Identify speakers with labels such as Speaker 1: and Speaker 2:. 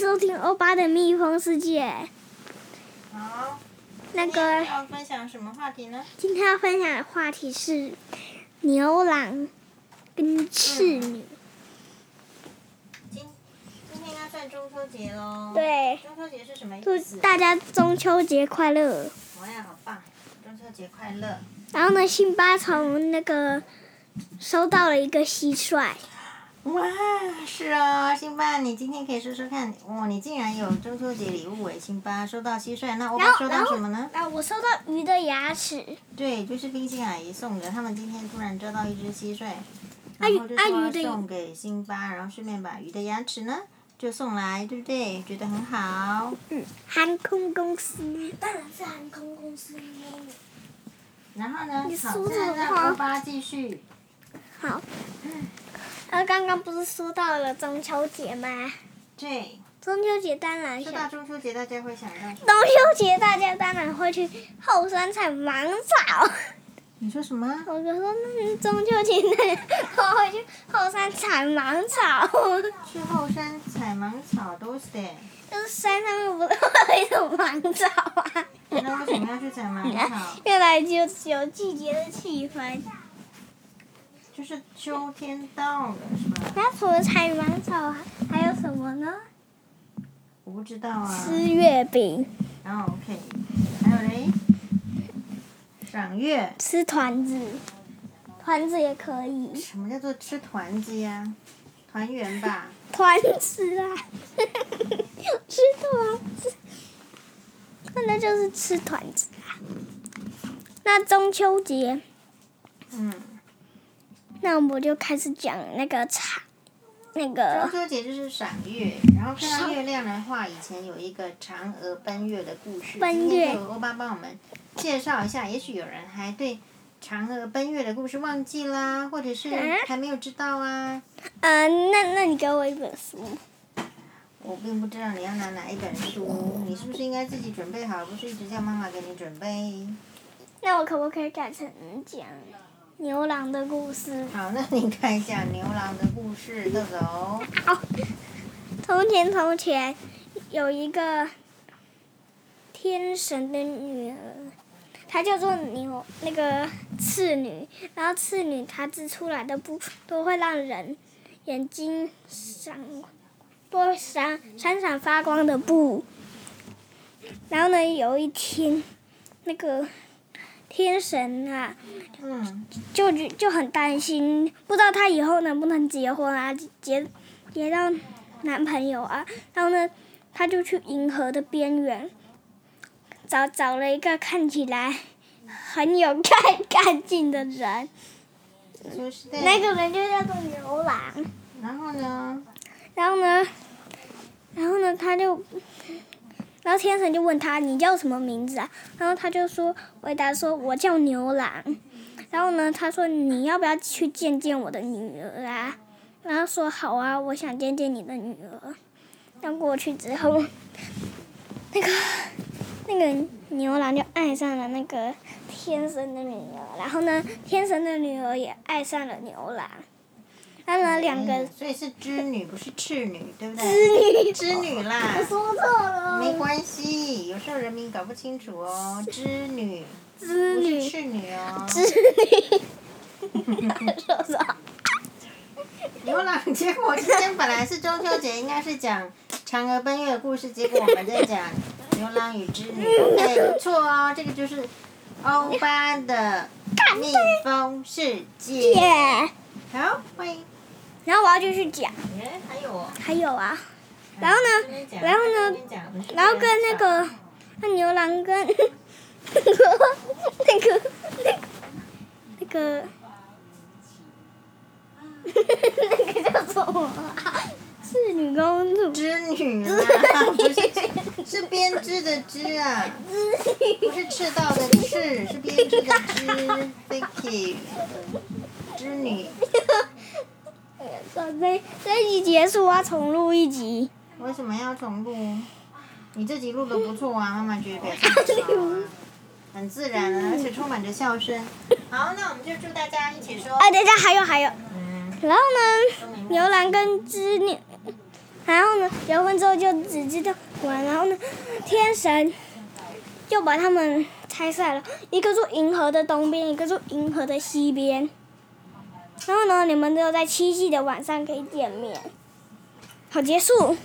Speaker 1: 收听欧巴的蜜蜂世界。
Speaker 2: 好，
Speaker 1: 那
Speaker 2: 今天
Speaker 1: 个
Speaker 2: 要分享什么话题呢？
Speaker 1: 今天要分享的话题是牛郎跟赤女。
Speaker 2: 今今天要算中秋节喽。。
Speaker 1: 对，
Speaker 2: 中秋节是什么
Speaker 1: 祝
Speaker 2: 意思？
Speaker 1: 大家中秋节快乐。
Speaker 2: 哇呀，好棒！中秋节快乐！
Speaker 1: 然后呢，辛巴从那个收到了一个蟋蟀，
Speaker 2: 哇，是哦，辛巴，你今天可以说说看，哇，你竟然有中秋节礼物诶，辛巴收到蟋蟀，哦那我
Speaker 1: 然
Speaker 2: 爸
Speaker 1: 后
Speaker 2: 收
Speaker 1: 然
Speaker 2: 到
Speaker 1: 后
Speaker 2: 什么呢？
Speaker 1: 啊，我收到鱼的牙齿，
Speaker 2: 对，就是冰心阿姨送的，他们今天突然抓到一只蟋蟀，
Speaker 1: 阿
Speaker 2: 然
Speaker 1: 鱼
Speaker 2: 后就
Speaker 1: 阿鱼
Speaker 2: 说
Speaker 1: 的
Speaker 2: 送给辛巴，然后顺便把鱼的牙齿呢就送来，对不对？觉得很好。
Speaker 1: 嗯，航空公司。
Speaker 3: 当然是航空公司的业务。
Speaker 2: 然后呢
Speaker 1: 你，
Speaker 2: 好
Speaker 1: 说，这
Speaker 2: 那
Speaker 1: 种
Speaker 2: 让
Speaker 1: 话
Speaker 2: 欧巴继续。
Speaker 1: 好，
Speaker 3: 嗯
Speaker 1: 呃，刚刚不是说到了中秋节吗？
Speaker 2: 对，
Speaker 1: 中秋节当然
Speaker 2: 说
Speaker 1: 想，
Speaker 2: 到中秋节，大家会想到什么
Speaker 1: 中秋节大家当然会去后山采芒草。
Speaker 2: 你说什么？
Speaker 1: 我就说，那中秋节大家 会去后山采芒草，
Speaker 2: 去后山采芒草都是的。
Speaker 1: 就是山上面不是会有一种芒草啊？
Speaker 2: 那为什么要去采芒草？
Speaker 1: 越来越有季节的气氛。
Speaker 2: 就是秋天到了，是吧？
Speaker 1: 那除了采芒草，还有什么呢？
Speaker 2: 我不知道啊。
Speaker 1: 吃月饼，
Speaker 2: 然后 OK，还有嘞，赏月。
Speaker 1: 吃团子，团子也可以，
Speaker 2: 什么叫做吃团子呀？团圆吧。
Speaker 1: 团子啊， 吃团子，那那就是吃团子啊。那中秋节，
Speaker 2: 嗯，
Speaker 1: 那我们就开始讲那个茶，那
Speaker 2: 中
Speaker 1: 个
Speaker 2: 秋节就是赏月，然后看到月亮的话，以前有一个嫦娥奔月的故事。
Speaker 1: 奔
Speaker 2: 今天
Speaker 1: 月
Speaker 2: 就由欧巴帮我们介绍一下，也许有人还对嫦娥奔月的故事忘记啦，或者是
Speaker 1: 嗯
Speaker 2: 还没有知道啊。
Speaker 1: 呃，那那你给我一本书，
Speaker 2: 我并不知道你要拿哪一本书，你是不是应该自己准备好？不是一直叫妈妈给你准备？
Speaker 1: 那我可不可以改成讲牛郎的故事？
Speaker 2: 好，那你看一下牛郎的故事，哦豆豆。
Speaker 1: 好，从前从前有一个天神的女儿，她叫做牛那个次女，然后次女她织出来的布都会让人眼睛闪，多闪闪闪发光的布。然后呢，有一天，那个天神啊，
Speaker 2: 嗯，
Speaker 1: 就就就很担心，不知道她以后能不能结婚啊，结结到男朋友啊。然后呢，她就去银河的边缘找找了一个看起来很有 干干净的人，
Speaker 2: 就是的。
Speaker 1: 那个人就叫做牛郎。
Speaker 2: 然后呢？
Speaker 1: 然后呢，然后呢，他就，然后天神就问他你叫什么名字啊？然后他就说回答说我叫牛郎。然后呢，他说你要不要去见见我的女儿啊？然后说好啊，我想见见你的女儿。然后过去之后， 那个那个牛郎就爱上了那个天神的女儿，然后呢，天神的女儿也爱上了牛郎。然后呢，两个
Speaker 2: 嗯所以是织女，不是赤女，对不对？
Speaker 1: 织女
Speaker 2: 织女啦，
Speaker 1: 说错了
Speaker 2: 没关系，有时候人民搞不清楚哦。织女
Speaker 1: 织
Speaker 2: 不是
Speaker 1: 女，
Speaker 2: 赤女哦。
Speaker 1: 织女，说错，
Speaker 2: 牛郎，结果今天本来是中秋节，应该是讲嫦娥奔月的故事，结果我们在讲牛郎与织女。对，不错哦，这个就是欧巴的蜜蜂世界。
Speaker 1: 耶！
Speaker 2: 好，欢迎。
Speaker 1: 然后我要继续讲，
Speaker 2: 哎，还有哦。
Speaker 1: 还有啊，然后呢，然后呢然后跟那个那牛郎跟那个那个那个 那个那个叫什么啊？是女公主，织
Speaker 2: 织女啦， 不是是编织的织啊，不
Speaker 1: 女，
Speaker 2: 是赤道的赤，是编织的织。Thank you，织女。
Speaker 1: 准备这一集结束，我要重录一集。
Speaker 2: 为什么要重录？你这集录的不错啊，妈妈觉得表现很好啊，很自然啊，而且充满着笑声。好，那我们就祝大家一
Speaker 1: 啊
Speaker 2: 起说。
Speaker 1: 哎，等一下，还有还有。
Speaker 2: 嗯，
Speaker 1: 然后呢，牛郎跟织女，然后呢，结婚之后就只知道玩，然后呢，天神就把他们拆散了，一个住银河的东边，一个住银河的西边。然后呢，你们只有在七夕的晚上可以见面。好，结束。